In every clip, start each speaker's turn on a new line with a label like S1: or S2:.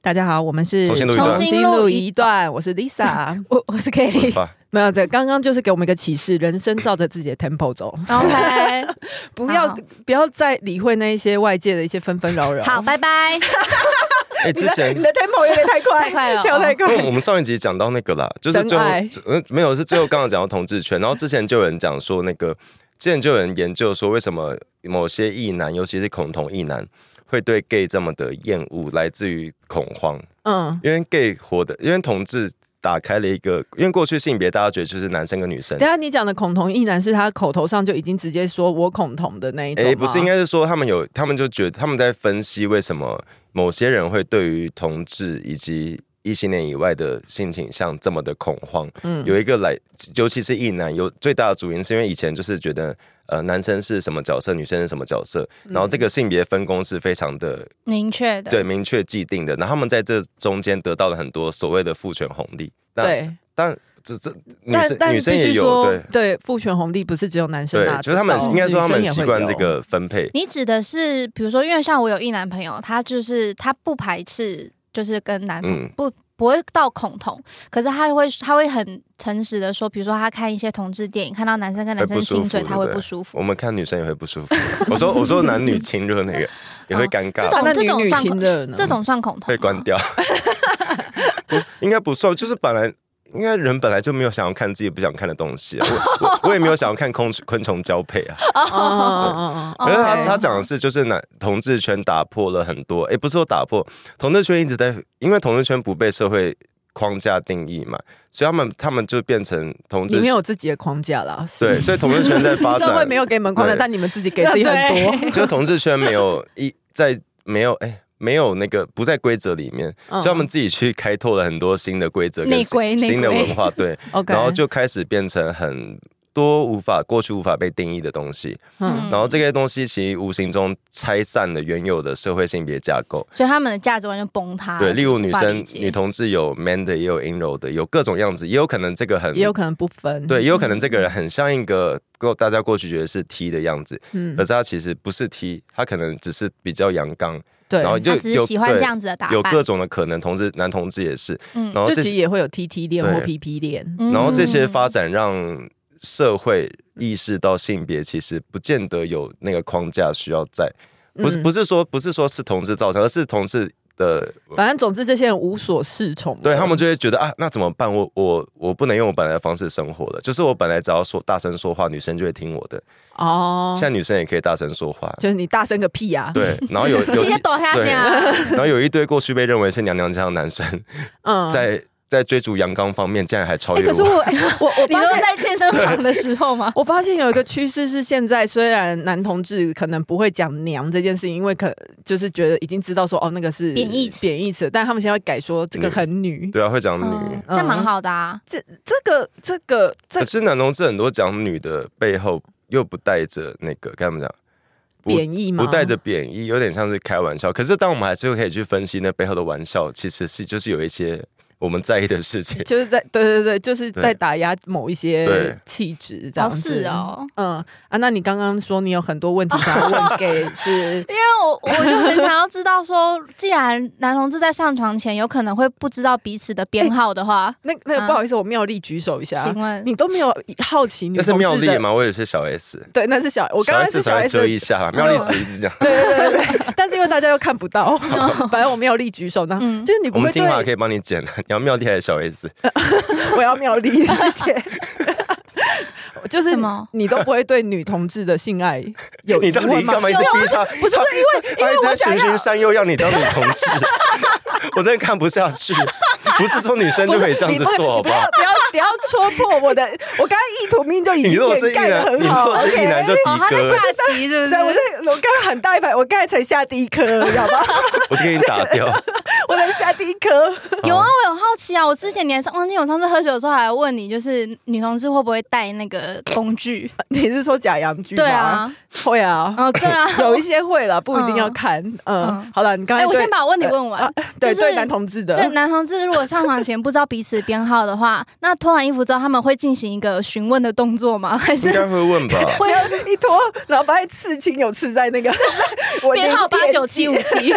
S1: 大家好，我们是
S2: 重新录一段
S1: 重新录一段，我是 Lisa。
S3: 我我是 Kelly。
S2: 吧？
S1: 没有，这刚刚就是给我们一个启示，人生照着自己的 tempo 走，
S3: OK，
S1: 不要
S3: 好
S1: 不要再理会那一些外界的一些纷纷扰扰。
S3: 好，拜拜。
S2: 哎、
S1: 你
S2: 之
S1: 的
S2: 前
S1: 你的 tempo 有点太快，
S3: 太快了
S1: 跳太快
S2: 因。为我们上一集讲到那个啦，就是最后
S1: 真爱
S2: 呃没有是最后刚刚讲到同志圈，然后之前就有人讲说那个，之前就有人研究说为什么某些异男，尤其是恐同异男。会对 gay 这么的厌恶，来自于恐慌，
S1: 嗯，
S2: 因为 gay 活的，因为同志打开了一个，因为过去性别大家觉得就是男生跟女生
S1: 等，一下你讲的恐同异男是他口头上就已经直接说我恐同的那一种啊吗
S2: 诶，不是，应该是说他们有，他们就觉得他们在分析为什么某些人会对于同志以及异性恋以外的性倾向这么的恐慌。嗯，有一个来，尤其是异男，有最大的主因是因为以前就是觉得。呃，男生是什么角色，女生是什么角色，
S1: 嗯
S2: 然后这个性别分工是非常的
S3: 明确的，
S2: 对明确既定的，然后他们在这中间得到了很多所谓的父权红利。那，
S1: 对，
S2: 但这这女
S1: 但
S2: 生
S1: 但
S2: 女
S1: 必
S2: 生也
S1: 须
S2: 有
S1: 说
S2: 对
S1: 对父权红利不是只有男生拿
S2: 对，
S1: 得
S2: 就是他们
S1: 到
S2: 应该说他们
S1: 女生也会
S2: 习惯
S1: 有
S2: 这个分配，
S3: 你指的是，比如说，因为像我有一男朋友，他就是他不排斥，就是跟男同、
S2: 嗯
S3: 不不会到恐同，可是他会他会很诚实的说，比如说他看一些同志电影，看到男生跟男
S2: 会
S3: 生
S2: 哎不舒服
S3: 亲嘴，他会
S2: 对不对
S3: 不舒服
S2: 我。们看女生也会不舒服。我说我说男女亲热那个也会尴 尬，
S3: 这
S1: 啊
S3: 种
S1: 那女女
S3: 算
S1: 亲热呢？
S3: 这种算恐同啊
S2: 会
S3: 吗？
S2: 关掉，不应该不算，就是本来。应该人本来就没有想要看自己不想看的东 西啊，我我我也没有想要看昆昆虫交配啊。
S1: 嗯，嗯嗯嗯嗯
S2: 可是他
S3: OK
S2: 他讲的是，就是男同志圈打破了很多，诶，不是说打破，同志圈一直在，因为同志圈不被社会框架定义嘛，所以他们他们就变成同
S1: 你
S2: 志
S1: 们，有自己的框架啦，是
S2: 对，所以同志圈在发展，
S1: 社会没有给你们框架，
S2: 对
S1: 但你们自己给自己很 多。
S2: 就同志圈没有一在没有哎、没有那个不在规则里面，
S1: 嗯
S2: 所以他们自己去开拓了很多新的规则跟
S3: 内规
S2: 新新的
S3: 内规
S2: 文化， 对，
S1: OK，
S2: 然后就开始变成很多无法过去无法被定义的东西，
S1: 嗯
S3: 嗯
S2: 然后这些东西其实无形中拆散了原有的社会性别架构。
S3: 所以他们的价值观就崩塌。
S2: 对，例如女
S3: 啊无法理
S2: 生、
S3: 解
S2: 女同志有 man 的，也有阴柔的，有各种样子，也有可能这个很
S1: 也有可能不分。
S2: 对，也有可能这个人很像一个过大家过去觉得是 T 的样子，
S1: 嗯
S2: 可是他其实不是 T，他可能只是比较阳刚，
S1: 对，
S2: 然后就
S3: 他只是
S2: 有
S3: 喜欢
S2: 对
S3: 这样子的打扮，
S2: 有各种的可能，同志男同志也是，
S3: 嗯
S2: 然后
S1: 就
S2: 这
S1: 其实
S2: 些
S1: 也会有 TT 恋或
S2: 对
S1: PP 恋。
S3: 嗯
S2: 然后这些发展让社会意识到性别其实不见得有那个框架需要在，不是
S1: 嗯
S2: 不是说不是说是同志造成，而是同志的。
S1: 反正总之这些人无所适从。
S2: 对他们就会觉得啊，那怎么办？我我我不能用我本来的方式生活了。就是我本来只要说大声说话，女生就会听我的。
S1: 哦
S2: 现，在女生也可以大声说话，
S1: 就是你大声个屁啊呀！
S2: 对。然后有有
S3: 你
S2: 一
S3: 先躲下
S2: 对
S3: 先啊。
S2: 然后有一堆过去被认为是娘娘腔的男生，
S1: 嗯，
S2: 在在追逐阳刚方面竟然还超
S1: 哎，
S2: 越
S1: 可是 我我我
S3: 你
S1: 发
S3: 说
S1: 现。
S3: 在健身房的时候吗？
S1: 我发现有一个趋势是，现在虽然男同志可能不会讲“娘”这件事情，因为可就是觉得已经知道说哦那个是
S3: 贬义词
S1: 贬义词，但他们现在会改说这个
S2: 女
S1: 很女，
S2: 对啊，会讲女。
S3: 嗯，这样蛮好的啊。
S1: 这这个这个这
S2: 可是男同志很多讲女的背后又不带着那个，该怎么讲？不
S1: 贬义吗？
S2: 不带着贬义，有点像是开玩笑。可是，当我们还是可以去分析那背后的玩笑，其实是就是有一些我们在意的事情。
S1: 就是在对对对，就是
S2: 对
S1: 在打压某一些
S2: 对
S1: 气质这样
S3: 哦，
S1: 子。
S3: 是。哦，
S1: 嗯啊，那你刚刚说你有很多问题想要 问给是
S3: 因为我我就很想要知道说，既然男同志在上床前有可能会不知道彼此的编号的话，
S1: 那那个
S3: 啊
S1: 不好意思，我妙丽举手一下啊
S3: 请，问
S1: 你都没有好奇 女
S2: 那是
S1: 同
S2: 妙
S1: 志
S2: 丽
S1: 的？
S2: 吗？我也是小 S，
S1: 对，那是小我刚刚是小
S2: 才会遮
S1: S，
S2: 一 下，啊妙丽只一直讲。
S1: 对对对对，但是因为大家又看不 到，反正我妙丽举手呢，
S3: 嗯
S1: 就是你
S2: 我
S1: 不
S2: 们
S1: 会
S2: 精华可
S1: 对，
S2: 以帮你剪，你要妙丽还是小 S？
S1: 我要妙丽，谢 谢。就是
S3: 什么
S1: 你都不会对女同志的性爱有
S2: 你
S1: 疑
S2: 到底
S1: 问吗
S2: 干？嘛一直逼他？
S1: 不是
S2: 他
S1: 因为因
S2: 他一
S1: 为
S2: 直
S1: 我
S2: 在
S1: 想
S2: 循
S1: 要
S2: 循善诱，要你当女同 志，我真的看不下去。不是说女生就可以这样子做，好
S1: 不
S2: 不好
S1: 要？不要不要戳破我的，我刚刚意图明明就已
S2: 你
S1: 经
S2: 如果是
S1: 掩
S2: 一
S1: 盖的
S2: 男，你
S1: 很
S2: 如
S1: 好
S2: 果是一男就
S1: ，OK。
S2: 的
S3: 哦，他在
S2: 哥，
S3: 下棋是不
S1: 哎对，我
S3: 是？
S1: 在我刚刚很大一排，我刚才才下第一颗，你知道吗？
S2: 我就给你打掉。
S1: 我才下第一颗，
S3: 有啊，我有好奇啊。我之前连上，忘记我上次喝酒的时候还问你，就是女同志会不会带那个工具？
S1: 你是说假洋剧吗？
S3: 对，啊，
S1: 会啊，
S3: 哦，对啊。
S1: 有一些会了，不一定要
S3: 嗯
S1: 看。嗯
S3: 嗯，
S1: 好了，你刚才
S3: 哎，我
S1: 对
S3: 先把问题问完。
S1: 对啊
S3: 就是
S1: 对男同志
S3: 对
S1: 的，
S3: 男同志如果上床前不知道彼此编号的话，那脱完衣服之后他们会进行一个询问的动作吗？还
S2: 应
S3: 是
S2: 该会问吧？
S3: 会
S1: 一脱，然后 发现刺青有刺在那个我
S3: 编号
S1: 零
S3: 八
S1: 点
S3: 九七五七？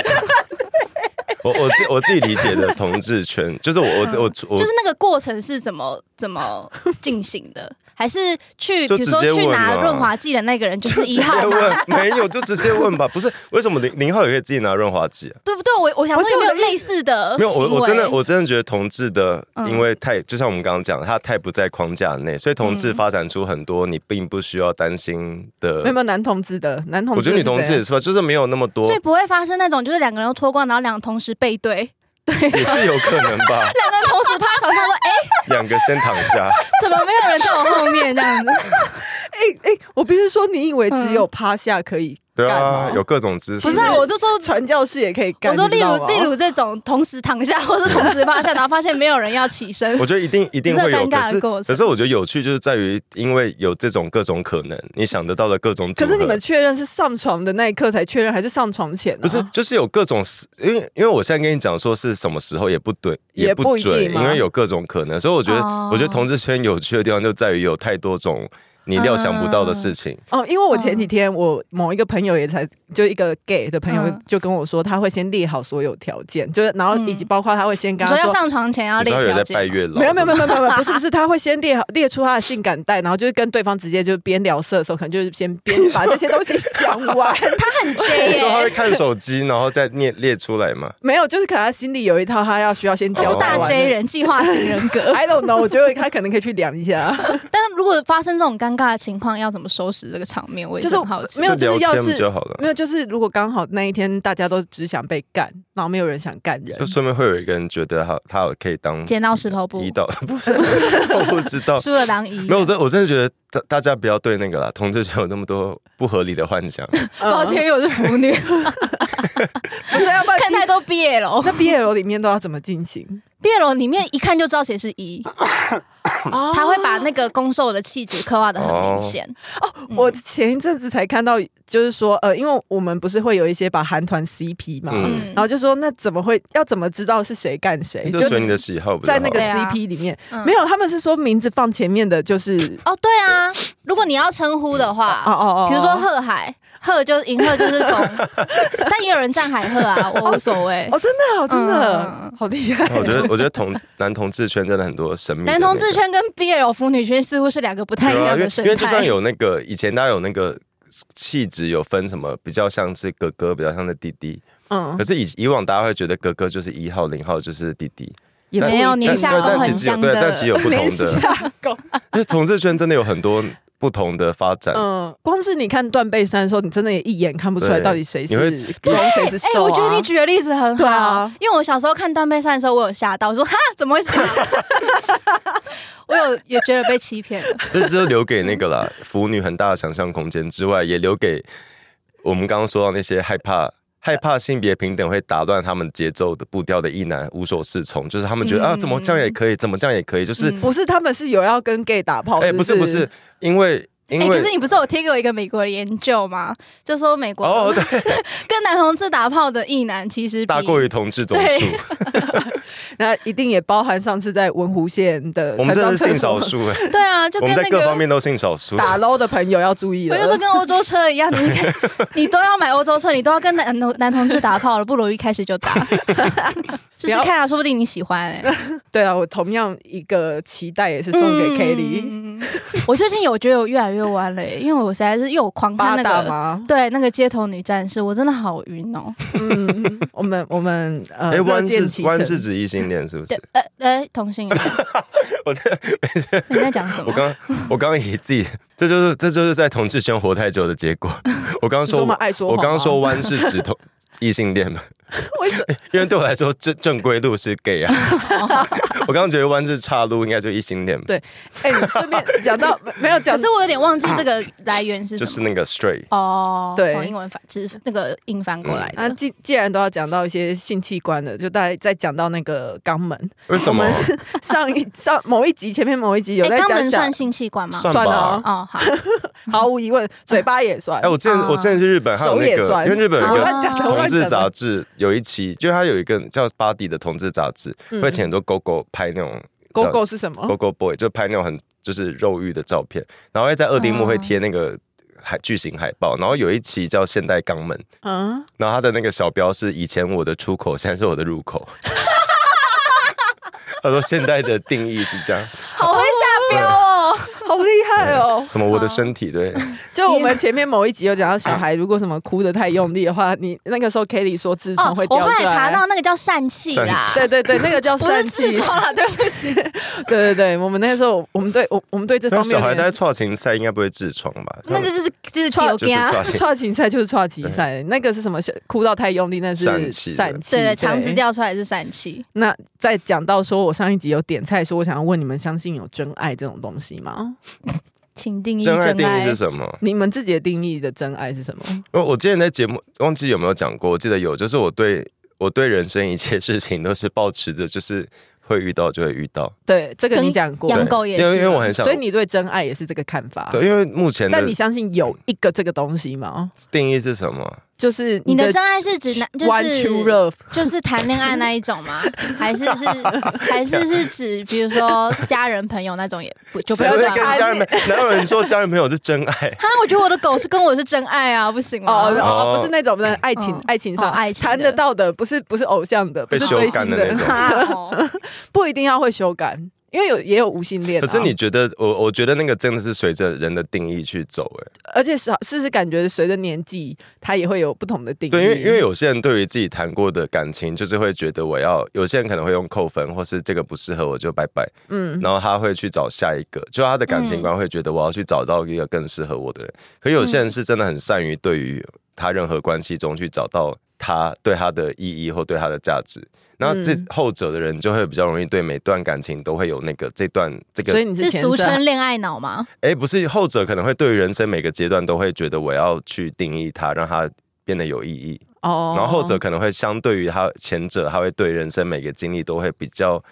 S2: 我我自我自己理解的同志圈，就是我
S1: 嗯
S2: 我我我
S3: 就是那个过程是怎么 怎么进行的？还是去比
S2: 就
S3: 如说
S2: 直接
S3: 去
S2: 问
S3: 拿
S2: 嘛
S3: 润滑剂的那个人就是一
S2: 直接
S1: 啊
S3: 号吗？
S2: 问，没有就直接问吧。不是为什么零零号也可以自己拿润滑剂啊？
S3: 对不对？我我想
S1: 不
S3: 说
S1: 是
S3: 有没有
S1: 我的意
S3: 类似的
S2: 没有，我我真的
S3: 行为
S2: 我真的觉得同志的，
S3: 嗯
S2: 因为太就像我们刚刚讲，他太不在框架内，所以同志发展出很多你并不需要担心的
S1: 没有。没有男同志的男同志
S2: 我
S1: 是啊
S2: 觉
S1: 怎样，
S2: 得女同志也是吧，就是没有那么多
S3: 所以，不会发生那种就是两个人都脱光，然后两个同时背对，
S2: 也是有可能吧。
S3: 两个人同时趴床上说：“哎、
S2: 两个先躺下，
S3: 怎么没有人在我 后面？”这样子，嗯
S1: 哎、我不是说你以为只有趴下可以
S2: 对
S1: 干吗？
S2: 啊，有各种姿势。
S3: 不是、啊，我就说。
S1: 传教士也可 以干。
S3: 我说，
S1: 你
S3: 例
S1: 知道
S3: 如
S1: 吗
S3: 例如这种同时躺下或者同时 趴下，然后发现没有人要起身，
S2: 我觉得一定一定
S3: 这
S2: 会有，
S3: 尴尬的
S2: 可
S3: 过
S2: 是可
S3: 程
S2: 是我觉得有趣就是在于，因为有这种各种可能，你想得到的各种组
S1: 可
S2: 合。
S1: 是你们确认是上床的那一刻才确认，还是上床前、啊？
S2: 不是，就是有各种时，因为因为我现在跟你讲说是什么时候也不对，
S1: 也
S2: 不
S1: 不一
S2: 准，
S1: 定吗
S2: 因为有各种可能，所以我觉得、
S3: 哦
S2: 我觉得同志圈有趣的地方就在于有太多种你料想不到的事情。
S1: 哦，因为我
S3: 嗯
S1: 前几天我某一个朋友也才就一个 gay 的朋友
S3: 嗯
S1: 就跟我说，他会先列好所有条件，就是然后以及包括他会先
S3: 你
S1: 跟他
S3: 说要
S1: 说。
S3: 上床前要
S2: 你知
S3: 列
S2: 道有在
S3: 条件
S2: 拜
S3: 吗，
S2: 月老？
S1: 没有没有没有没有没有，不是不是，他会先列好列出他的性感带，然后就是跟对方直接就边聊色的时候，可能就是先边把这些东西讲完。
S3: 他很
S2: 有。
S3: J
S2: 你
S3: 耶、
S2: 说他会看手机，然后再列列出来嘛？
S1: 没有，就是可能他心里有一套，他要需要先
S3: 我
S1: 交代
S3: 是哦大
S1: 完。
S3: J 人，计划型人格。
S1: I don't know，我觉得他可能可以去量一下。
S3: 但如果发生这种尴尬的情况，要怎么收拾这个场面？我也
S1: 就是
S3: 是很好奇。
S1: 没有
S2: 就
S1: 就是
S2: 聊
S1: 要
S2: 天
S1: 是
S2: 不就好了？
S1: 没有，就是如果刚好那一天大家都只想被干，然后没有人想干人
S2: 就，顺便会有一个人觉得他他有可以当
S3: 剪刀石头布
S2: 一，道， 不是？我不知 道。
S3: 输了当一。
S2: 没有，我真我真的觉得大大家不要对那个啦，同志圈有那么多不合理的幻 想。
S3: 抱歉，因为我是腐女，
S1: 嗯，不是要不然
S3: 看太多 BL。
S1: 那 BL 里面都要怎么进行？
S3: BL 里面一看就知道谁是一，
S1: 哦
S3: 他会把那个攻受的气质刻画的很明显。
S2: 哦
S1: 我前一阵子才看到，就是说，呃，因为我们不是会有一些把韩团 CP 嘛，
S2: 嗯，
S3: 嗯
S1: 然，后就说那怎么会要怎么知道是谁干谁？
S2: 就
S1: 就
S2: 随你的喜好，不就
S1: 在那个
S2: 好了
S3: 对啊
S1: CP 里面，
S3: 嗯
S1: 没有，他们是说名字放前面的，就是
S3: 哦，对啊，如果你要称呼的
S1: 哦哦
S3: 话，
S1: 哦，
S3: 比如说贺海，贺就是银贺就是 公，但也有人站海贺啊，我无所谓。
S1: 哦，真的哦，真的
S3: 嗯
S1: 好厉害
S2: 那哦我觉得，我觉得同男同志圈真的很多神秘的那
S3: 男
S2: 个。
S3: 同志圈跟 BL 腐女圈似乎是两个不太一
S2: 对啊，
S3: 样
S2: 因为
S3: 的生
S2: 因为就算
S3: 态。
S2: 有那个以前大家有那个气质有分什么，比较像是哥哥，比较像是弟弟。
S1: 嗯
S2: 可，是以以往大家会觉得哥哥就是一号、零号就是弟弟，
S1: 也不
S3: 没
S1: 一
S3: 有
S1: 定
S3: 年
S2: 但
S3: 下
S2: 但
S3: 狗
S2: 但
S3: 很
S2: 其实有
S3: 香
S2: 对，
S3: 的
S2: 但其实有不 同
S1: 年
S2: 的，
S1: 下 狗
S2: 因为同志圈真的有很多不同的发展。
S1: 嗯，光是你看断背山的时候，你真的也一眼看不出来
S2: 对
S1: 到底谁是
S2: 你会
S1: 龙谁是
S3: 哎、
S1: 兽、啊
S3: 我觉得你举的例子很好，
S1: 对啊
S3: 因为我小时候看《断背山》的时候，我有吓到，我说哈，怎么会是他？ 我有也觉得被欺骗了，
S2: 这是留给那个啦，腐女很大的想象空间之外，也留给我们刚刚说到那些害怕。害怕性别平等会打乱他们节奏的步调的一男无所适从，就是他们觉得、
S3: 嗯
S2: 啊，怎么这样也可以，怎么这样也可以，就是
S3: 嗯
S1: 不是他们是有要跟 gay 打炮，
S2: 哎、不是不是，因为因
S3: 哎、
S2: 为、
S3: 可是你不是有贴给我一个美国的研究吗？就说美国、
S2: 哦，对，
S3: 跟男同志打炮的异男其实比
S2: 大过于同志总
S3: 对
S2: 数，
S1: 那一定也包含上次在文湖县的
S2: 我们真的是
S1: 残障
S2: 性
S1: 厕所
S2: 少数哎、
S3: 对啊，就
S2: 我
S3: 跟
S2: 们在
S3: 那
S2: 各方
S3: 个。
S2: 面都性少数。哎
S1: 打捞的朋友要注意
S3: 我
S1: 了。
S3: 就是跟欧洲车一样，你 你都要买欧洲车，你都要跟男同男同志打炮了，不如一开始就 打，试试看啊，说不定你喜欢哎、
S1: 对啊，我同样一个期待也是送给 Kelly、
S3: 嗯 我最近有觉得我越来越弯了耶、因为我实在是因为我狂
S1: 八
S3: 看那
S1: 大
S3: 个
S1: 吗？
S3: 对那个街头女战士，我真的好晕 哦。
S1: 嗯，我们我们呃，
S2: 哎，
S1: 乐
S2: 弯
S1: 见其
S2: 是
S1: 成
S2: 弯是指异性恋是不
S3: 对
S2: 是？，
S3: 呃呃，同性恋，
S2: 我在
S3: 你在讲什
S2: 我
S3: 么？
S2: 刚我刚刚以自己，这就是这就是在同志圈活太久的结果。我刚刚
S1: 你说
S2: 说
S1: 我们爱说
S2: 我
S1: 谎吗
S2: 刚刚说弯是 指同异性恋嘛？
S1: 为什么
S2: 因为对我来说正正规路是 gay 啊。我刚刚觉得弯是岔路，应该就异性恋吧，
S1: 对，哎、你顺便讲到没有
S3: 可
S1: 讲
S3: 是我有点忘记这个来源是
S2: 就
S3: 什么。
S2: 是那个 straight。
S3: 哦，
S1: 对
S3: 从英文反直那个硬翻过来的。
S1: 啊，既既然都要讲到一些性器官的，就大家再讲到那个肛门。
S2: 为什么
S1: 我？们上一上某一集前面某一集有
S3: 哎
S1: 在
S3: 肛
S1: 讲
S3: 门
S1: 小
S3: 算性器官吗？
S2: 算
S1: 算了
S2: 吧
S1: 哦。
S3: 哦， 好，
S1: 毫无疑问，嘴巴也算。
S2: 哎，我之前
S3: 啊
S2: 我之前去日本，还有那
S1: 手也
S2: 个，
S1: 酸
S2: 因为日本有
S1: 我
S2: 一
S3: 啊
S2: 个
S1: 乱讲的，我
S2: 同
S1: 乱
S2: 志
S1: 讲
S2: 杂
S1: 的。
S2: 志有一期，就是它有一个叫《Body》的同志杂志，会请很多狗狗拍那种
S1: 嗯狗狗哦是什么？啊
S2: 狗狗 boy，就拍那种很就是肉欲的照片，然后会在二丁目会贴那个海巨型海报，然后有一期叫《现代肛门》，
S1: 嗯，
S2: 然后它的那个小标是以前我的出口，现在是我的入口。 他说现代的定义是这样，
S3: 好会下标哦。
S1: 好厉害哦！
S2: 什么我的身体对，
S1: 就我们前面某一集有讲到小孩，如果什么哭的太用力的话，你那个时候 Kelly 说痔疮会
S3: 哦我
S1: 掉
S3: 后
S1: 出
S3: 来
S1: 来。
S3: 查到那个叫疝气啦，
S1: 对对对，那个叫
S3: 不是
S1: 疝气
S3: 痔。疮啦， 对不起。
S1: 对对对，我们那时候我们对我我们对这
S2: 那
S1: 方面
S2: 小
S1: 有
S2: 孩
S1: 点
S2: 在创情赛应该不会痔疮吧？
S3: 那个就是就是
S1: 创
S2: 就
S3: 丢
S2: 是
S3: 家，
S2: 创情
S1: 串芹菜就是串芹菜，那个是什么？哭到太用力，那是
S2: 疝气
S1: 疝气。
S3: 对对，肠子。掉出来是疝气。
S1: 那再讲到说，我上一集有点菜，说我想要问你们，相信有真爱这种东西
S3: 哦
S1: 吗？
S3: 请定义
S2: 真爱
S3: 真
S2: 定义
S3: 爱
S2: 是，什么？
S1: 你们自己的定义的真爱是什么？
S3: 嗯
S2: 我我之前在节目忘记有没有讲过，我记得有，就是我对我对人生一切事情都是保持着，就是会遇到就会遇到，
S1: 对，这个
S3: 跟
S1: 你讲过，
S3: 养狗也
S2: 因
S3: 是啊，
S2: 为因为我很想
S1: 所，以你对真爱也是这个看法。
S2: 对，因为目前的
S1: 但你相信有一个这个东西吗？
S2: 定义是什么？
S1: 就是
S3: 你的
S1: 的
S3: 真爱是指男就
S1: one true
S3: 是
S1: love，
S3: 就是谈恋爱那一 种吗？还是是还是是指比如说家人朋友那种也不就不
S2: 谁会
S3: 算
S2: 跟
S3: 啊？
S2: 家人朋友？哪有人说家人朋友是真爱？
S3: 哈，我觉得我的狗是跟我是真爱啊，不行吗？
S1: 哦
S3: 哦
S1: 哦，不是那种的爱情
S3: 哦，
S1: 爱情上
S3: 哦爱情的
S1: 谈得到的，不是不是偶像的，不
S2: 被
S1: 是
S2: 修
S1: 追
S2: 改
S1: 星
S2: 的那 种
S1: 不一定要会修改，因为有也有无性恋、啊。
S2: 可是你，觉得我我觉得那个真的是随着人的定义去走、欸，
S1: 而且是事实感觉随着年纪，它也会有不同的定义。
S2: 对，因为因为有些人对于自己谈过的感情，就是会觉得我要，有些人可能会用扣分，或是这个不适合我就拜拜，嗯，然后他会去找下一个，就他的感情观会觉得我要去找到一个更适合我的人。可是有些人是真的很善于对于他任何关系中去找到他对他的意义或对他的价值。那这
S1: 嗯
S2: 后者的人就会比较容易对每段感情都会有那个这段这个
S1: 所以你是
S3: 是
S1: 前
S3: 俗
S1: 者
S3: 称恋爱脑吗？
S2: 哎，不是后者可能会对于人生每个阶段都会觉得我要去定义它，让它变得有意义。
S1: 哦，
S2: 然后后者可能会相对于他前者，他会对人生每个经历都会比较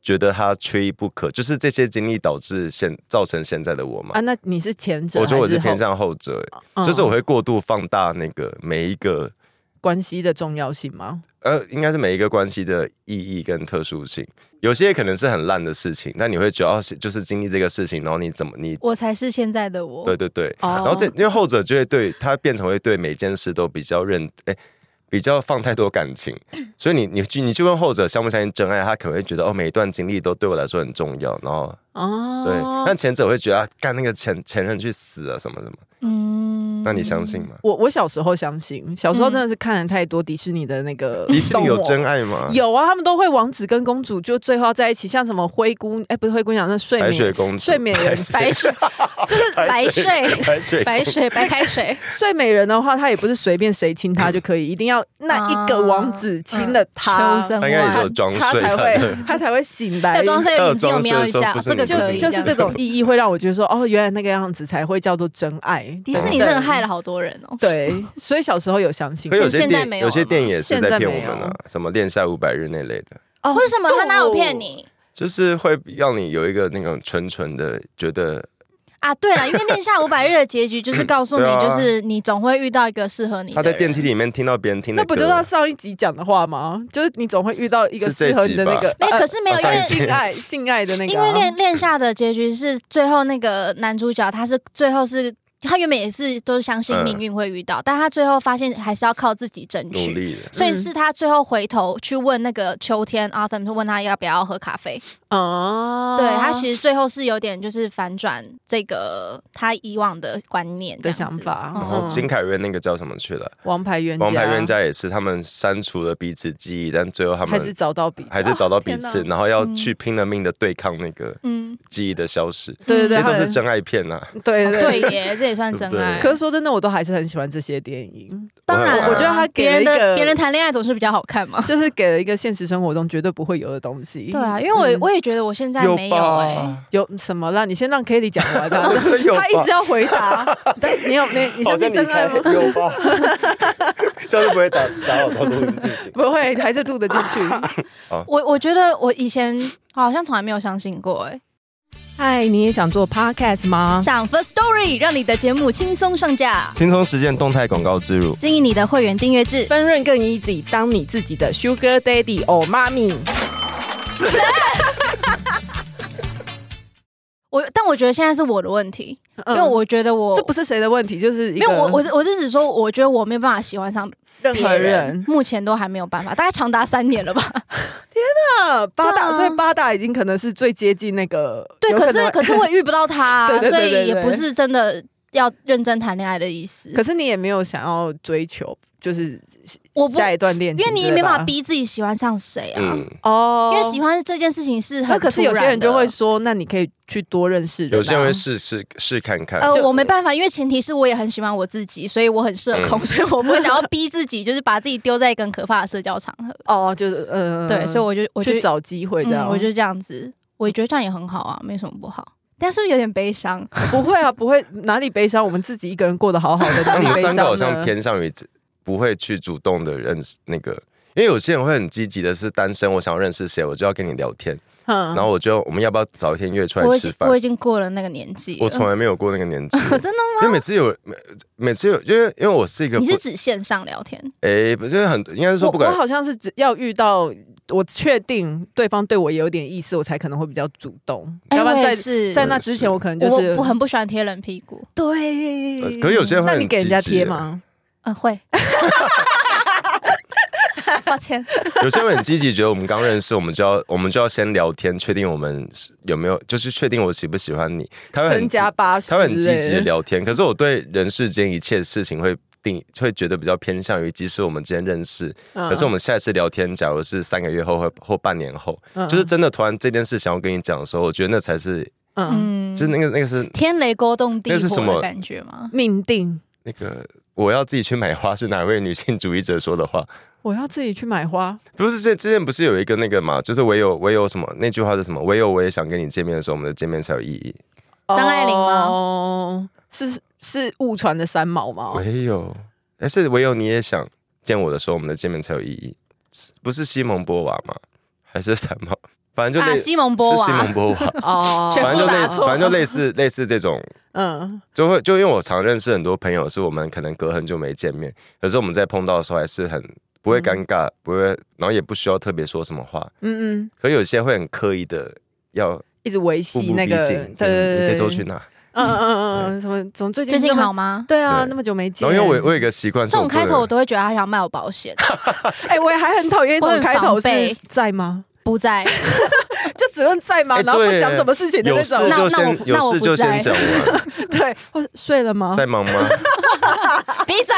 S2: 觉得他缺一不可，就是这些经历导致现造成现在的我嘛。
S1: 啊，那你是前者
S2: 我
S1: 还后，
S2: 觉得我是偏向后者，
S1: 嗯，
S2: 就是我会过度放大那个每一个
S1: 关系的重要性吗？
S2: 呃，应该是每一个关系的意义跟特殊性。有些可能是很烂的事情，但你会觉得哦，是就是经历这个事情，然后你怎么你
S3: 我才是现在的我
S2: 对。对对，
S1: 哦，
S2: 然后这因为后者就会对他变成会对每件事都比较认哎、比较放太多 感情，所以你你去你去问后者相不相信真爱，他可能会觉得哦每一段经历都对我来说很重要，然后
S1: 哦，
S2: 对，但前者会觉得啊干那个前前任去死啊什么什么，
S3: 嗯
S2: 那你相信 吗？
S1: 我我小时候相信，小时候真的是看了太多迪士尼的那个
S2: 嗯迪士尼有真
S1: 爱。
S2: 爱吗？
S1: 有啊，他们都会王子跟公主就最后在一起，像什么灰姑哎，不是灰姑娘，那睡
S2: 白雪
S1: 美
S2: 公主、
S1: 睡美人
S3: 白 水就是白睡。
S2: 白雪
S3: 白水、白开水，
S1: 睡美人的话，她也不是随便谁亲
S2: 嗯
S1: 她就可以，一定要 那一个王子亲了她，
S3: 啊秋生
S2: 他应该也是
S3: 万
S2: 有装睡啊
S1: 她才
S2: 吧
S1: 会她才会醒来
S3: 要。嗯装睡眼睛有瞄一下，
S2: 要装睡的时候不是
S3: 这个
S1: 就
S3: 可
S1: 是
S3: 以，
S1: 就是这
S3: 样
S1: 种意义会让我觉得说，哦，原来那个样子才会叫做真爱。
S3: 迪士尼真的害了好多人哦。
S1: 对，所以小时候有相信
S2: 可有些
S3: 现在
S2: 店
S3: 没有
S2: 有些
S3: 了吗
S2: 店也是
S1: 现
S2: 在
S1: 在
S2: 骗我
S1: 没
S2: 们啊
S1: 有，
S2: 什么恋下五百日那类的，
S1: 哦
S3: 为什么他哪有骗？
S1: 对
S3: 你
S2: 就是会让你有一个那种纯纯的觉得
S3: 啊？对了，因为恋下五百日的结局就是告诉你
S2: 对，啊
S3: 就是你总会遇到一个适合你
S2: 他
S3: 的人。
S2: 在电梯里面听到别人听的
S1: 那
S2: 歌，
S1: 不就是他上一集讲的话吗？就是你总会遇到一个
S2: 是这
S1: 适合你的那
S2: 集
S1: 个
S2: 吧，
S3: 没有，
S1: 呃
S3: 可是没有，
S2: 啊
S3: 因
S2: 上一
S3: 为
S2: 集
S1: 性爱性爱的那个
S3: 因
S1: 啊，
S3: 为恋恋下的结局是最后那个呃男主角，他是最后是他原本也是都是相信命运会遇到，但他最后发现还是要靠自己争
S2: 努
S3: 取。
S2: 力
S1: 嗯
S2: 的。
S3: 所以是他最后回头去问那个秋天 a r t h u r 问他要不要喝咖啡，
S1: 哦，
S3: 对他其实最后是有点就是反转这个他以往的观念这
S1: 的
S3: 样
S1: 想
S3: 子
S1: 法
S2: 然后
S1: 嗯
S2: 金凯瑞那个叫什么去了？
S1: 王牌冤
S2: 王牌冤家也是，他们删除了彼此记忆，但最后他
S1: 还是
S2: 们
S1: 找到彼此，
S2: 还是找到彼
S1: 哦
S2: 此，
S1: 天哪
S2: 然后要去拼了命的对抗那个
S3: 嗯，
S2: 记忆的消失。
S1: 对对
S2: 这
S1: 对，
S2: 都
S1: 他
S2: 是
S1: 们
S2: 真爱片啊呐！
S1: 对对
S3: 哦对耶，这也算真爱。
S2: 对
S1: 可是说真的，我都还是很喜欢这些电影，
S3: 当然啊，
S1: 我觉得他给
S3: 别
S1: 了一
S3: 人
S1: 个
S3: 的别人谈恋爱总是比较好看嘛。
S1: 就是给了一个现实生活中绝对不会有的东西。
S3: 对啊，因为我也
S1: 嗯
S3: 我也觉得我现在没有哎、
S2: 吧？
S1: 有欸什么啦？你先让 k a t i e 讲完吧。
S2: 有吧
S1: 他一直要回答， 但你有你你
S2: 好
S1: 相
S2: 像
S1: 信
S2: 离
S1: 真
S2: 开
S1: 爱吗？
S2: 有 吧？这样就不会打打扰到录音进行。
S1: 不会，还是录得进去。
S3: 我我觉得我以前好像从来没有相信过哎、
S1: 嗨，你也想做 podcast 吗？
S3: 上 First Story 让你的节目轻松上架，
S2: 轻松实践动态广告植入，
S3: 经营你的会员订阅制。
S1: 分润更 easy，当你自己的 sugar daddy or mommy。
S3: 我但我觉得现在是我的问题，因为我觉得我
S1: 嗯这不是谁的问题，就是
S3: 没有我我是我是指说，我觉得我没有办法喜欢上
S1: 任何
S3: 别人
S1: 人，
S3: 目前都还没有办法，大概长达三年了吧。
S1: 啊八大，
S3: 对啊
S1: 所以八大已经可能是最接近那个
S3: 对，啊
S1: 有
S3: 可
S1: 能
S3: 是可是我也遇不到他 啊、
S1: 对对对对
S3: 所以也
S1: 对
S3: 不是真的要认真谈恋爱的意思。
S1: 可是你也没有想要追求，就是
S3: 我不
S1: 下一段恋
S3: 因
S1: 情，
S3: 为你也
S1: 对吧
S3: 没办法逼自己喜欢上谁啊，
S2: 嗯，
S1: 哦
S3: 因为喜欢这件事情是
S1: 那
S3: 很
S1: 可是有些人
S3: 突然的
S1: 就会说，那你可以去多认识人、啊。
S2: 有些人会试试试看看，
S3: 呃，
S1: 就
S3: 我没办法，因为前提是我也很喜欢我自己，所以我很社恐，
S2: 嗯
S3: 所以我不会想要逼自己，就是把自己丢在一个很可怕的社交场合。
S1: 哦，就是呃，
S3: 对，所以
S1: 我
S3: 我就我就
S1: 去找机会这样，
S3: 嗯， 我就这样子，我觉得这样也很好啊，没什么不好。但是不是有点悲伤，
S1: 不会啊，不会哪里悲伤，我们自己一个人过得好好的，哪
S2: 那
S1: 里
S2: 你们
S1: 悲
S2: 三
S1: 伤
S2: 个好
S1: 呢
S2: 像？偏向于只不会去主动的认识那个，因为有些人会很积极的是单身，我想要认识谁，我就要跟你聊天，
S1: 然
S2: 然后我就我们要不要早一天约出
S3: 我嗯
S2: 来
S3: 已
S2: 吃
S3: 经
S2: 饭
S3: 我？已经过了那个年纪了。
S2: 我从来没有过那个年纪，
S3: 我真的
S2: 因为每次有每每次有，因为因为我是一个不
S3: 吗？你是指线上聊天？
S2: 哎，不就是很应该是说不
S1: 我
S2: 管
S1: 我好像是只要遇到我确定对方对我也有点意思，我才可能会比较主动，
S3: 哎
S1: 要不然
S3: 我也
S1: 在
S3: 是
S1: 在那之前，我可能就
S3: 我
S1: 是
S3: 我很不喜欢贴冷屁股。
S1: 对
S2: 呃。可是有些人会
S1: 那
S2: 很
S1: 你给人家
S2: 积极
S1: 贴吗？
S3: 嗯，会。 抱歉，
S2: 有些人很积极，觉得我们刚认识，我们就要我们就要先聊天，确定我们是有没有，就是确定我喜不喜欢你。他会
S1: 身
S2: 很积
S1: 家八十，
S2: 他会很积极的聊天，可是我对人世间一切事情会定会觉得比较偏向于，即使我们今天认识，
S1: 嗯
S2: 可是我们下一次聊天，假如是三个月后或或半年后，
S1: 嗯
S2: 就是真的突然这件事想要跟你讲的时候，我觉得那才是，
S1: 嗯
S3: 嗯，
S2: 就是那个那个是
S3: 天雷勾动地
S2: 那是什
S3: 火的
S2: 么
S3: 感觉吗？
S1: 命定，
S2: 那个我要自己去买花是哪位女性主义者说的话？
S1: 我要自己去买花。
S2: 不是，这之前不是有一个那个嘛，就是唯有唯有什么那句话是什么？唯有我也想跟你见面的时候，我们的见面才有意义。
S3: 张爱玲吗
S1: 哦，是是误传的三毛吗？
S2: 唯有，但是唯有你也想见我的时候，我们的见面才有意义。是不是西蒙波娃吗？还是什么？反正就
S3: 啊，
S2: 类、
S3: 西蒙波
S2: 是西蒙
S3: 娃，
S2: 波 娃，
S1: 哦
S3: 全
S2: 反
S3: 部
S2: 正就类
S3: 打
S2: 似
S3: 错
S2: 反正就类似类似这种，
S1: 嗯，
S2: 就会就因为我常认识很多朋友，是我们可能隔很久没见面，可是我们在碰到的时候还是很不会尴尬，不会，然后也不需要特别说什么话。
S1: 嗯嗯，
S2: 可有些会很刻意的要
S1: 一直维
S2: 步
S1: 系
S2: 步
S1: 那
S2: 逼
S1: 个，
S2: 近，
S1: 对对
S2: 嗯你
S1: 对，
S2: 这周去哪？
S1: 嗯，嗯嗯嗯嗯，什么？怎么最近
S3: 最近
S1: 那么
S3: 好？吗？
S1: 对啊，
S2: 对
S1: 那么久没见。
S2: 然后因为我我有一个习惯，是
S3: 这种开头我
S2: 都
S3: 都会觉得他想卖我保险，
S1: 哎，我也还很讨厌这
S3: 我
S1: 种
S3: 很
S1: 开头是
S3: 防备
S1: 在吗？
S3: 不在。
S1: 就只问在吗？
S2: 哎
S1: 然后不
S2: 对
S1: 讲什么事情的
S2: 有
S1: 那
S2: 事
S1: 种。
S2: 就
S3: 那那我
S2: 先
S3: 不
S2: 有
S3: 那我
S2: 事
S3: 不
S2: 就先
S3: 在
S2: 讲完，
S1: 对， 或是睡了
S3: 啊
S1: 吗？
S2: 在忙 吗？
S3: 闭嘴！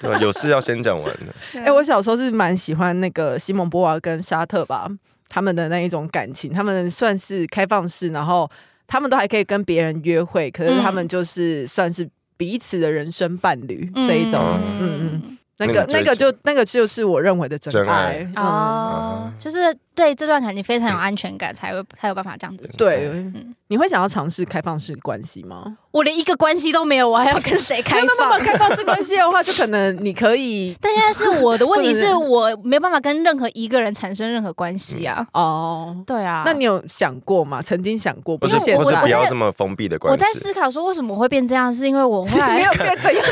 S2: 对啊吧，有事要先讲完 的。
S1: 哎、我小时候是蛮喜欢那个西蒙波娃跟沙特吧，他们的那一种感情，他们算是开放式，然后他们都还可以跟别人约会，可是他们就是算是彼此的人生伴侣、这一种。
S2: 嗯
S1: 嗯
S3: 嗯
S1: 那个那
S2: 那
S1: 个
S2: 个追
S1: 就那个就是我认为的真
S2: 真
S1: 爱
S2: 爱
S3: 嗯，哦，就是对这段感情非常有安全感，才会才有办法这样子。
S1: 对，你会想要尝试开放式关系吗？
S3: 我连一个关系都没有，我还要跟谁开
S1: 没有办
S3: 放
S1: 法？开放式关系的话，就可能你可以
S3: 但现在是我的问题，
S1: 不能
S3: 是我没办法跟任何一个人产生任何关系啊。
S1: 哦。
S3: 对啊，
S1: 那你有想过吗？曾经想过，
S2: 不
S1: 是
S2: 是
S1: 现
S2: 不是
S1: 在
S2: 不要这么封闭的
S3: 我
S2: 关
S3: 在
S2: 系，
S3: 思考说为什么我会变这样，是因为我 后来
S1: 没有变怎样？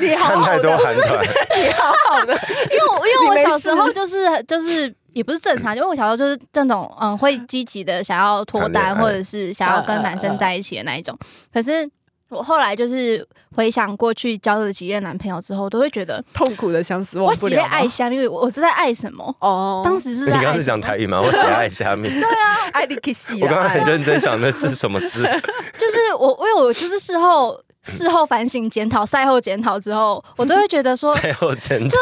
S1: 你你好
S2: 看
S1: 好
S2: 太
S3: 哦
S2: 多
S1: 的，
S2: 韩 团，
S1: 你好好的，
S3: 因为我因为
S1: 你
S3: 我
S1: 没
S3: 小时
S1: 事
S3: 候就是就是也不是正常，因为我小时候就是那种嗯会积极的想要脱
S2: 谈
S3: 单
S2: 恋爱
S3: 或者是想要跟男生在一起的那一种，可是。我后来就是回想过去交了几任男朋友之后，都会觉得
S1: 痛苦的相思忘
S3: 我
S1: 不
S3: 喜
S1: 了吗。
S3: 被爱虾米，因为我我是在爱什么？
S1: 哦，
S3: 当时是
S2: 你
S3: 在
S2: 刚刚
S3: 爱
S2: 是
S3: 什
S2: 讲
S3: 么？
S2: 台语吗？我喜爱虾米，
S3: 啊
S1: 爱丽 Kiss
S2: 我刚刚很认真想的是什么字，
S3: 就是我，因为我就是事后
S2: 嗯
S3: 事后反省检讨、赛后检讨之后， 我都会觉 得说，
S2: 最后检讨。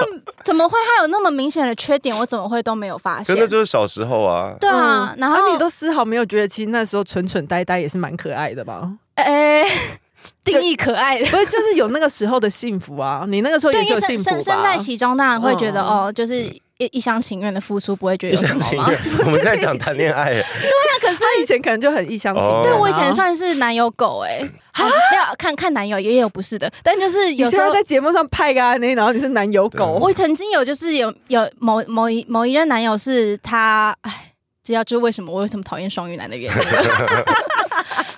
S3: 怎么会他有那么明显的缺点，我怎么会都没有发
S2: 可
S3: 现
S2: 那？就是小时候啊，
S3: 对啊，然后
S1: 嗯你都丝毫没有觉得，其实那时候蠢蠢呆呆也是蛮可爱的 吧？
S3: 诶、哎定义可爱的。
S1: 不是，就是有那个时候的幸福啊，你那个时候
S3: 对，
S1: 也是
S3: 因
S1: 有
S3: 为
S1: 幸
S3: 身
S1: 福吧？
S3: 身身在其中，当然会觉得、
S1: 嗯
S3: 哦，就是一一厢情愿的付出，不会觉
S2: 一
S3: 得有什
S2: 厢
S3: 么
S2: 情
S3: 吗？
S2: 愿，我们在讲谈恋 爱，
S3: 那可是
S1: 他以前可能就很一厢情愿、
S2: 哦
S3: 对我以前，算是男友狗哎、欸，还是没有看看男友也有不是的，但就是
S1: 啊你
S3: 有
S1: 现
S3: 时
S1: 在
S3: 候。
S1: 在节目上派个安内，然后你是男友狗，
S3: 我曾经有，就是有有某某一某一任男友是他，哎，这要就是为什么我为什么讨厌双鱼男的原因。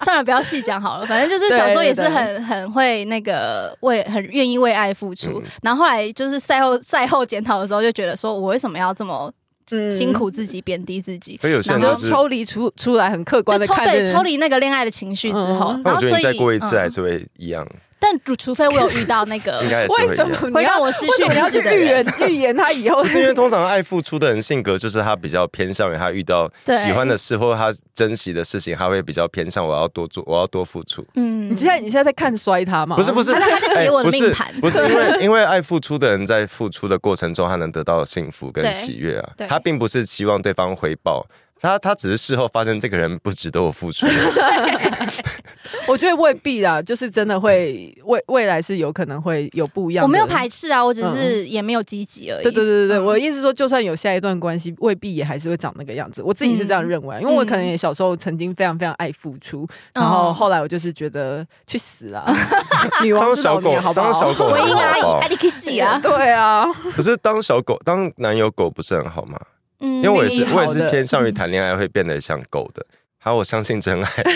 S3: 算了，不要细讲好了。反正就是小时候也是
S1: 对对嗯
S3: 很很会那个为很愿意为爱付出，然后后来就是赛后赛后检讨的时候，就觉得说我为什么要这么
S1: 嗯
S3: 辛苦自己、贬低自己，
S2: 所以有些
S3: 然
S2: 人
S1: 就
S3: 后
S2: 啊就
S1: 就是抽离出出来，很客观
S3: 就
S1: 的
S3: 抽
S1: 看
S3: 对
S1: 着
S3: 抽离那个恋爱的情绪之后
S1: 嗯，
S2: 那我
S3: 然后
S2: 觉得
S3: 所以
S2: 你再过一次
S3: 嗯
S2: 还是会一样，
S3: 但如除非我有遇到那个
S2: 应该还是
S1: 为
S2: 会一
S1: 什么
S2: 样。
S1: 你
S3: 会
S1: 要
S3: 让我失
S1: 为什
S3: 去
S1: 么你要
S3: 理
S1: 去
S3: 智的
S1: 预
S3: 人
S1: 言预言他以后
S2: 不是因为通常爱付出的人性格就是他比较偏向于他遇到
S3: 对
S2: 喜欢的事或者他珍惜的事情，他会比较偏向我要多做，我要多付出。
S3: 嗯，
S1: 你现在你现在在看衰他吗？
S2: 不是不是，
S3: 他在他在解我的
S2: 哎不是
S3: 命盘
S2: 不是因为因为爱付出的人在付出的过程中，他能得到幸福跟
S3: 对
S2: 喜悦啊
S3: 对。
S2: 他并不是期望对方回报，他他只是事后发现这个人不值得我付 出。
S1: 我觉得未必啦，就是真的会未未来是有可能会有不一样的。
S3: 嗯我没有排斥啊，我只是也没有积极而已。
S1: 嗯对对对对对，
S3: 嗯
S1: 我的意思是说，就算有下一段关系，未必也还是会长那个样子。我自己是这
S3: 嗯
S1: 样认为啊，因为我可能也小时候曾经非常非常爱付出，
S3: 嗯
S1: 然后后来我就是觉得去死 啊，女王
S2: 当
S1: 是老
S2: 小狗
S1: 娘，好，不好？
S2: 当小狗
S3: 回
S2: 很
S3: 应阿
S2: 好
S3: 姨，
S2: 吧
S3: 阿里克西啊，
S1: 对啊，
S2: 可是当小狗当男友狗不是很好吗？
S3: 嗯，。
S2: 因为我也是
S1: 利益好
S2: 我
S1: 的
S2: 也是偏向于谈恋爱会变得像狗的。好，我相信真爱，
S1: 对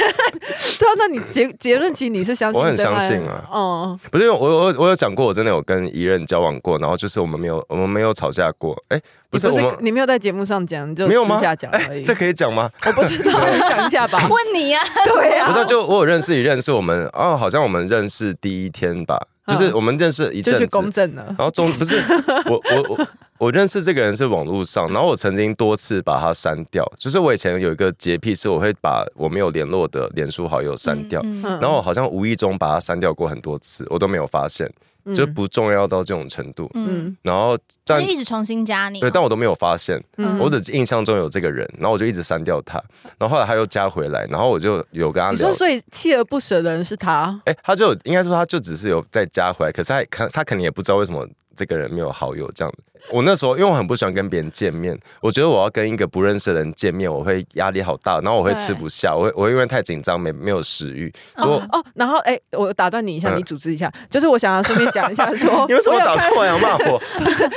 S1: 啊，那你结结论其实你是相信
S2: 我很
S1: 真爱
S2: 相信啊
S1: 嗯，
S2: 不是因为我我我有讲过，我真的有跟一任交往过，然后就是我们没有我们没有吵架过，哎，不
S1: 你
S2: 是
S1: 不
S2: 我
S1: 是
S2: 们
S1: 你没有在节目上讲，你就
S2: 没有吗哎
S1: 私下讲而已。
S2: 这可以讲吗？
S1: 我不知道，你想一下吧
S2: 嗯
S3: 问你啊，
S1: 对
S2: 不
S1: 啊
S2: 是，，就我有认识一任是我们哦，好像我们认识第一天吧，
S1: 嗯
S2: 就是我们认识一阵
S1: 就去
S2: 子，
S1: 公证了。
S2: 然后中不是 我我我我认识这个人是网络上，然后我曾经多次把他删掉，就是我以前有一个洁癖，是我会把我没有联络的脸书好友删掉，
S3: 嗯嗯
S1: 嗯
S2: 然后我好像无意中把他删掉过很多次，我都没有发现，就
S1: 嗯
S2: 不重要到这种程度。
S3: 嗯，
S2: 然后
S3: 就
S2: 但
S3: 一直重新加你哦，
S2: 对，但我都没有发现，
S3: 嗯
S2: 我只印象中有这个人，然后我就一直删掉他，然后后来他又加回来，然后我就有跟他
S1: 你说，
S2: 聊。
S1: 所以锲而不舍的人是他，
S2: 哎、他就有应该说，他就只是有再加回来，可是他他他肯定也不知道为什么这个人没有好友这样我那时候因为我很不喜欢跟别人见面，我觉得我要跟一个不认识的人见面，我会压力好大，然后我会吃不下，我会我会因为太紧张没没有食欲，所以我、
S1: 哦，然后哎、我打断你一下，
S2: 嗯，
S1: 你组织一下，就是我想要顺便讲一下说
S2: 你为什么
S1: 我有
S2: 打
S1: 看
S2: 断我要骂 我？
S1: 不是，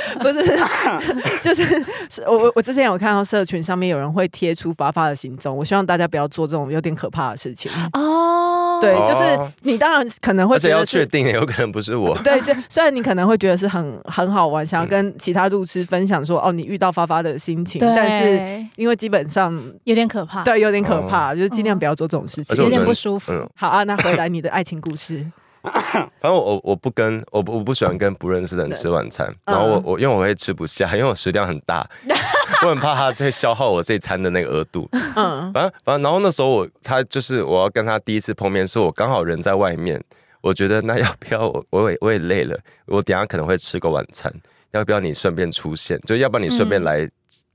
S1: 就是 是我我我之前有看到社群上面有人会贴出发发的行踪，我希望大家不要做这种有点可怕的事情。
S3: 哦，
S1: 对，
S2: 哦
S1: 就是你当然可能会
S2: 而
S1: 觉
S2: 且
S1: 得
S2: 要
S1: 是
S2: 确定，有可能不 是我。
S1: 对，就虽然你可能会觉得是很很好玩，
S2: 嗯
S1: 想要跟其他路痴分享说哦，你遇到发发的心情，
S3: 对，
S1: 但是因为基本上
S3: 有点可怕，
S1: 对有点可怕，就是
S3: 嗯
S1: 尽量不要做这种事
S2: 哦而且
S1: 情
S2: 我
S3: 有
S2: 觉。
S3: 点
S2: 得
S3: 不舒服。
S2: 嗯
S1: 好啊，那回来你的爱情故事，
S2: 反正我我不跟我不我不喜欢跟不认识的人吃晚餐，
S1: 嗯
S2: 然后我我因为我会吃不下， 因为我食量很 大，我很怕他在消耗我这一餐的那个额度。
S1: 嗯，
S2: 反正反正，然后那时候我他就是我要跟他第一次碰面，是我刚好人在外面，我觉得那要不要我我也我也累了，我等一下可能会吃个晚餐，要不要你顺便出现？就要不然你顺便来，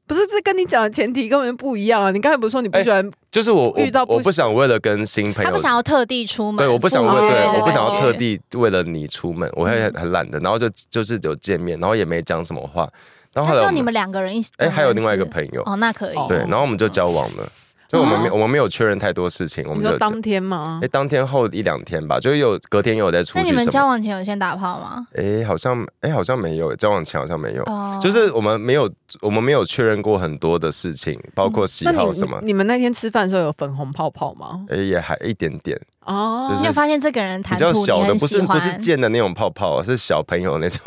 S1: 不是这跟你讲的前提根本不一样啊！你刚才不是说你不喜欢
S2: 就是我我
S1: 遇到不
S2: 我不想为了跟新朋
S3: 他
S2: 友
S3: 不。想要特地出门，
S2: 对，我不想为
S3: 赴约
S2: 对
S3: 的，
S2: 我不想要
S3: 感
S2: 特
S3: 觉嗯
S2: 地为了你出门，我会很很懒的。然后就就是有见面，然后也没讲什么话。然后后来
S3: 那就
S2: 我
S3: 你
S2: 们
S3: 们两个人一起，
S2: 哎，还有另外一个
S3: 友，
S2: 朋友，
S3: 哦，那可以，
S1: 哦
S2: 对，然后我们就交往了。就我们没我们没有确认太多事情， 我
S1: 你
S2: 们就
S1: 说当天吗
S2: 哎、？当天后一两天吧，就是有隔天又有在出
S3: 那
S2: 去
S3: 你们
S2: 什
S3: 交
S2: 么？
S3: 往前有先打炮吗？
S2: 哎、好像哎、好像没有，交往前好像没有，
S3: 哦
S2: 就是我们没有我们没有确认过很多的事情，包
S3: 嗯
S2: 括喜
S1: 那你
S2: 好
S1: 们
S2: 什么，
S1: 你们那天吃饭的时候有粉红泡泡吗？
S2: 哎、也还一点点，
S1: 哦，
S2: 就是
S3: 你有发现这个人
S2: 比
S3: 谈
S2: 较
S3: 吐
S2: 小
S3: 你
S2: 的，
S3: 很
S2: 不
S3: 喜
S2: 是不
S3: 欢，
S2: 是贱的那种泡泡，是小朋友 那种，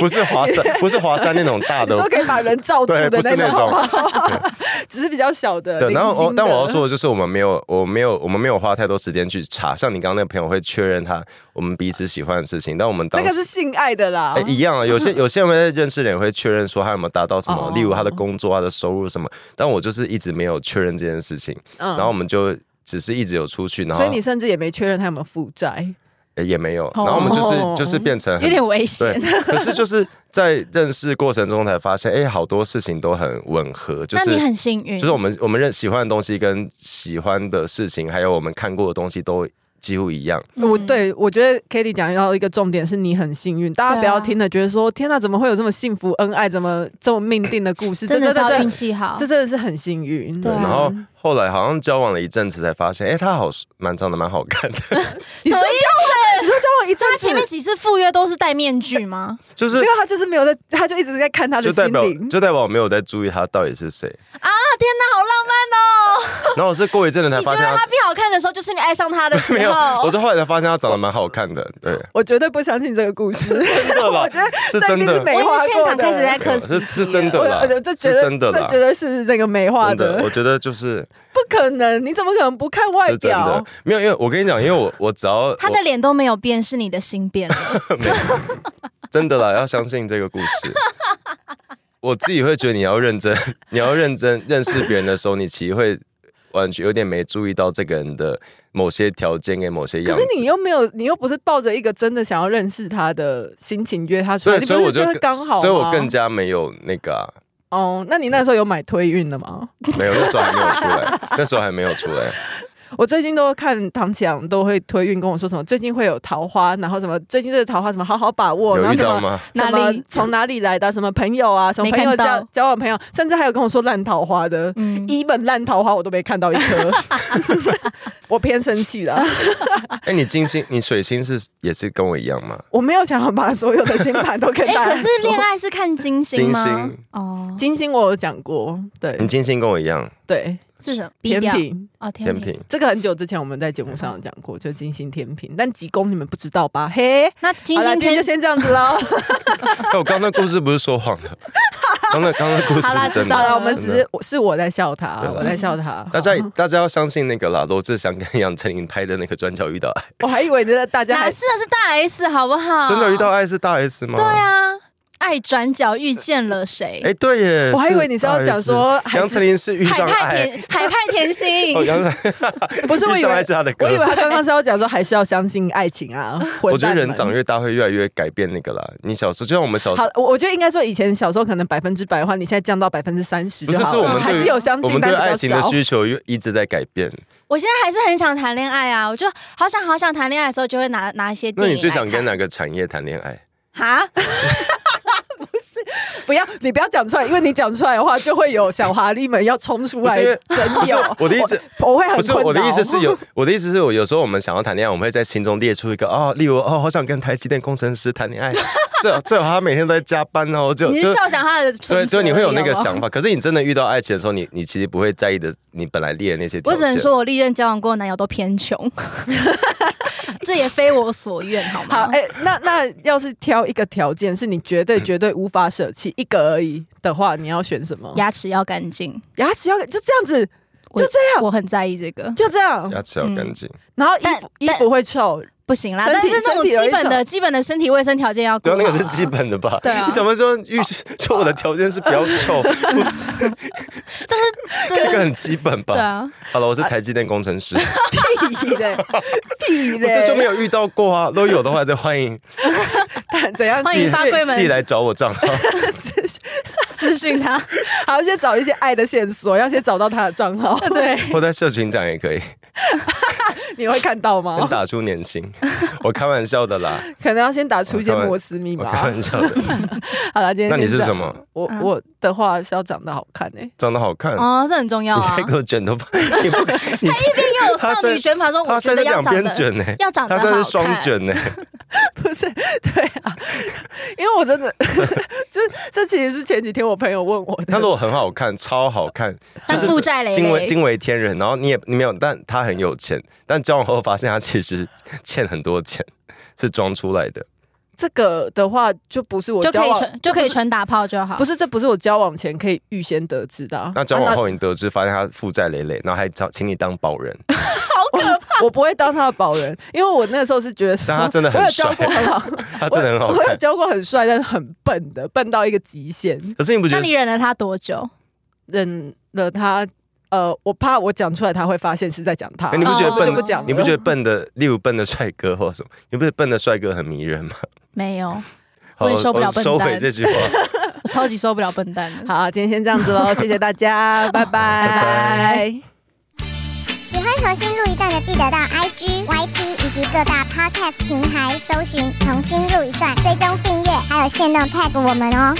S2: 不是华山不是华山那种大
S1: 你
S2: 的
S1: 说。可以把人罩住
S2: 对
S1: 的
S2: 不是
S1: 那
S2: 那
S1: 种 泡泡，只是比较小的。
S2: 对，然后
S1: 零
S2: 我
S1: 星的
S2: 但我要说的就是，我们没有，我没有，我们没有花太多时间去查。像你刚刚那个朋友会确认他我们彼此喜欢的事情，但我们当
S1: 那
S2: 时
S1: 个是性爱的啦
S2: 哎、。一 样啊。有些有些人会在认识人会确认说他有没有达到什么，
S1: 哦
S2: 例如他的工作、他啊的收入什么。但我就是一直没有确认这件事情，
S1: 嗯
S2: 然后我们就只是一直有出去，然后
S1: 所以你甚至也没确认他有没有负债。
S2: 哎也没有，然后我们就是、
S1: 哦
S2: 就是变成很
S3: 有点危
S2: 对
S3: 险。，
S2: 可是就是在认识过程中才发现，哎、好多事情都很吻合，就
S3: 那
S2: 是。
S3: 你很幸运，
S2: 就是我们我们认喜欢的东西跟喜欢的事情，还有我们看过的东西都几乎一样。
S3: 嗯
S1: 我对我觉得 k a t i e 讲到一个重点是你很幸运，大
S3: 对
S1: 家
S3: 啊
S1: 不要听了觉得说天哪，怎么会有这么幸福恩爱，怎么这么命定的故事？
S3: 真的是
S1: 这
S3: 要
S1: 这
S3: 运气好
S1: 这，真的是很幸运。
S3: 对
S2: 对，
S3: 啊
S2: 然后后来好像交往了一阵子，才发现，哎、他好蛮长得蛮好看的。
S1: 你说
S3: 什么意
S1: 交往，你说交往一阵
S3: 他
S1: 子，
S3: 前面几次赴约都是戴面具吗？
S2: 就是
S1: 因为他就是没有在，他就一直在看他的
S2: 就
S1: 心
S2: 代表
S1: 灵。
S2: 就代表我没有在注意他到底是谁。
S3: 啊，天哪，好浪漫哦！
S2: 然后我是过一阵子才
S3: 你觉
S2: 发
S3: 得
S2: 现他
S3: 他变好看的时候，就是你爱上他的 时
S2: 没有，
S3: 候
S2: 我。是后来才发现他长得蛮好看的，对，
S1: 我绝对不相信这个故事，
S2: 真的啦
S1: 我觉得
S2: 是
S1: 这一
S2: 真
S1: 定是
S2: 的，
S1: 美
S3: 我
S1: 化
S3: 已经现
S1: 过
S3: 场
S1: 的
S3: 开始在嗑
S2: 是是真的啦
S1: 我我，这觉
S2: 是
S1: 得
S2: 真的
S1: 这
S2: 啦
S1: 绝，对是那个美化
S2: 真的，
S1: 的
S2: 我，觉得就是
S1: 不可能，你怎么可能不看外
S2: 是真的
S1: 表？，
S2: 没有，因为我跟你讲，因为我 我只要
S3: 他
S2: 我
S3: 的脸都没有变，是你的心 变了。
S2: 真的啦，要相信这个故 事。我自己会觉得你要认真， 你要认真认识别人的时候，你其实会完全有点没注意到这个人的某些条件跟某些
S1: 可
S2: 样
S1: 是
S2: 子。
S1: 你又没有，你又不是抱着一个真的想要认识他的心情约他出来，
S2: 对，
S1: 你
S2: 所
S1: 不
S2: 以
S1: 是
S2: 我就
S1: 会刚好吗
S2: 所以我更加没有那个、啊，
S1: 哦，那你那时候有买推运的吗？
S2: 没有那时候还没有出 来，那时候还没有出来。
S1: 我最近都看唐启阳都会推运跟我说什么，最近会有桃花，然后什么最近这个桃花什么好好把握，然
S2: 有
S1: 后
S2: 遇
S1: 什
S2: 到
S1: 么
S2: 吗？
S1: 什
S3: 哪
S1: 么
S3: 里
S1: 从哪里来的，什么朋友啊，什么
S3: 没
S1: 朋友
S3: 看到
S1: 交交往朋友，甚至还有跟我说烂桃花的，
S3: 嗯，
S1: 一本烂桃花我都没看到一 颗， 我偏生气了。
S2: 哎、你金星，你水星是也是跟我一样吗？
S1: 我没有想要把所有的星盘都跟
S3: 哎，
S1: 大
S3: 可
S1: 家
S3: 是
S1: 说。
S3: 恋爱是看金星
S2: 金
S3: 吗？
S2: 星
S3: 哦，
S1: 金星我有讲过，对
S2: 你金星跟我一样，
S1: 对，
S3: 是什么？
S1: 天
S3: 低调
S1: 平。
S3: 哦，天
S2: 天平。
S1: 这个很久之前我们在节目上有讲过，就金星天平，但几宫你们不知道吧？嘿，
S3: 那金
S1: 好啦
S3: 星
S1: 今天
S3: 天
S1: 就先这样子 喽。
S2: 但哎我刚刚那故事不是说谎的，刚刚那刚刚那故事
S3: 好啦
S2: 是真
S3: 知道
S1: 当
S2: 的。
S1: 然，我们只
S2: 真
S1: 是我是我在笑他
S2: 嗯对，啦
S1: 我在笑他。
S2: 大家大家要相信那个啦，罗志祥跟杨丞琳拍的那个《转角遇到爱
S1: 我还以为这大家
S3: 哪
S1: 还
S3: 是啊？是大 S 好不好？》，
S1: 啊
S2: 《转角遇到爱》是大 S 吗？
S3: 对。啊，爱转角遇见了谁？
S2: 哎，对耶！
S1: 我还以为
S2: 是
S1: 你是要
S2: 大 S
S1: 讲说还是
S2: 杨丞琳是遇
S3: 海
S2: 上
S3: 派
S2: 爱，
S3: 甜海派甜心
S2: 哦，，杨丞
S1: 不是我
S2: 遇
S1: 以
S2: 上
S1: 为
S2: 爱是他的歌
S1: 我以。为他刚刚是要讲说还是要相信爱情 啊。
S2: 我
S1: 混
S2: 觉
S1: 蛋
S2: 得
S1: 们
S2: 人长越大会越来越改变那个啦。你小时候就像我们小时
S1: 好
S2: 候，，
S1: 我我觉得应该说以前小时候可能百分之百的话，你现在降到百分之三十，
S2: 不是是我们
S1: 还
S2: 对
S1: 是有相
S2: 我
S1: 信，
S2: 们
S1: 但
S2: 对
S1: 比较
S2: 爱情的
S1: 少
S2: 需求又一直在改变。
S3: 我现在还是很想谈恋爱啊！我就好想好想谈恋爱的时候，就会拿拿一些
S2: 那
S3: 电
S2: 你
S3: 影来
S2: 最想
S3: 看
S2: 跟哪个产业谈恋爱？
S3: 哈？
S1: 不要，你不要讲出来，因为你讲出来的话，就会有小华丽们要冲出来
S2: 不是因为
S1: 真有。
S2: 我的意思，
S1: 我会很
S2: 不是
S1: 困扰。
S2: 我的意思是有， 我的意思是我有时候我们想要谈恋爱，我们会在心中列出一个哦，例如哦，好想跟台积电工程师谈恋爱， 最好最好他每天都在加班哦，就
S3: 你
S2: 就是
S3: 笑想他的纯
S2: 对，
S3: 洁
S2: 就你会有那
S3: 而已哦
S2: 个
S3: 好不好
S2: 想法。可是你真的遇到爱情的时候，你你其实不会在意的，你本来列的那些条
S3: 我
S2: 件。
S3: 只能说，我历任交往过的男友都偏穷， 这也非我所愿，好
S1: 好，
S3: 吗？
S1: 哎、那那要是挑一个条件是你绝
S2: 嗯
S1: 对绝对无法舍弃一个而已的话，你要选什么？
S3: 牙齿要干净，
S1: 牙齿要就这样子，
S3: 我
S1: 就这样，
S3: 我很在意这个。
S1: 就这样。
S2: 牙齿要干
S3: 嗯
S2: 净。
S1: 然后衣
S3: 但
S1: 服衣服会臭，
S3: 不行啦，
S1: 身体
S3: 但是这种
S1: 身体有
S3: 基
S1: 一
S3: 本的基本的身体卫生条件要 顾
S2: 对
S3: 好
S2: 啊，
S3: 啊。
S2: 那个是基本的吧？
S3: 对啊
S2: 你怎么说预说我的条件是比较 臭？不是，
S3: 这
S2: 这个
S3: 是
S2: 很基本
S3: 对
S2: 吧？
S3: 啊，
S2: 好了，我是台积电工程师，
S1: 屁嘞，屁
S2: 不是就没
S1: 嘞，
S2: 有遇到过啊？都有的话，再欢 迎
S1: 怎样？
S3: 欢迎发贵
S2: 自己
S3: 门
S2: 来找我账号。
S3: 私讯他。
S1: 好，先找一些爱的线索，要先找到他的账号，
S3: 对，
S2: 或在社群讲也可以，
S1: 你会看到
S2: 先
S3: 哦
S1: 吗？
S2: 打出年薪。 我开玩笑的 啦，
S1: 可能要先打出一些
S2: 我开玩
S1: 摩斯密
S2: 我
S1: 码。
S2: 开玩笑的。
S1: 好了，今天
S2: 那你
S1: 先
S2: 是
S1: 这样
S2: 什？么？
S1: 我
S3: 嗯
S1: 我的话是要长得好看哎、
S2: 长得好看？
S3: 哦，这很重要
S2: 你
S3: 啊
S2: 再。给我卷 头发，你不，你
S3: 因为我少女卷发说，
S2: 他
S3: 我觉
S2: 算
S3: 得
S2: 是
S3: 要
S2: 两
S3: 长
S2: 边
S3: 得
S2: 卷呢，
S3: 要长得
S2: 他
S3: 好
S2: 算
S3: 看
S2: 是双卷呢。
S1: 不是，对啊，因为我真的， 这这其实是前几天我朋友问我
S2: 他
S1: 的
S2: 如。果很好看， 超好看，
S3: 但
S2: 就是
S3: 负债累累
S2: 惊为惊为天人。然后你也你没有，但他很有钱，但交往后发现他其实欠很多钱， 是装出来的。
S1: 这个的话，就不是我
S3: 就
S1: 交
S3: 可以
S1: 往
S3: 纯就可以纯打炮就好。
S1: 不是，这不是我交往前可以预先得知的、啊。
S2: 那交往
S1: 啊
S2: 后你得知发现他负债累累，然后还找请你当保 人，
S1: 那我不会当他的保人，因为我那时候是觉得说，
S2: 但他真的很
S1: 我有交过很好，
S2: 他真的很好
S1: 我有
S2: 看。
S1: 交过很帅，但是很笨的，笨到一个极限，
S2: 可是你不觉
S3: 那
S2: 得
S3: 你忍了他多久？
S1: 忍了他。呃，我怕我讲出来他会发现是在讲他，
S2: 哎你不觉得
S1: 然后我就
S2: 笨
S1: 不讲了？
S2: 你不觉得笨的，例如笨的帅哥或什么，你不觉得笨的帅哥很迷人吗？
S3: 没有，
S2: 好
S3: 我也受不了笨蛋
S2: 收回这句话。
S3: 我超级受不了笨蛋的。
S1: 好，今天先这样子喽，谢谢大 家，拜拜
S2: 拜。
S4: 喜欢重新录一段的，记得到 IG、YT 以及各大 Podcast 平台搜寻“重新录一段”，追踪订阅，还有限定 tag 我们哦。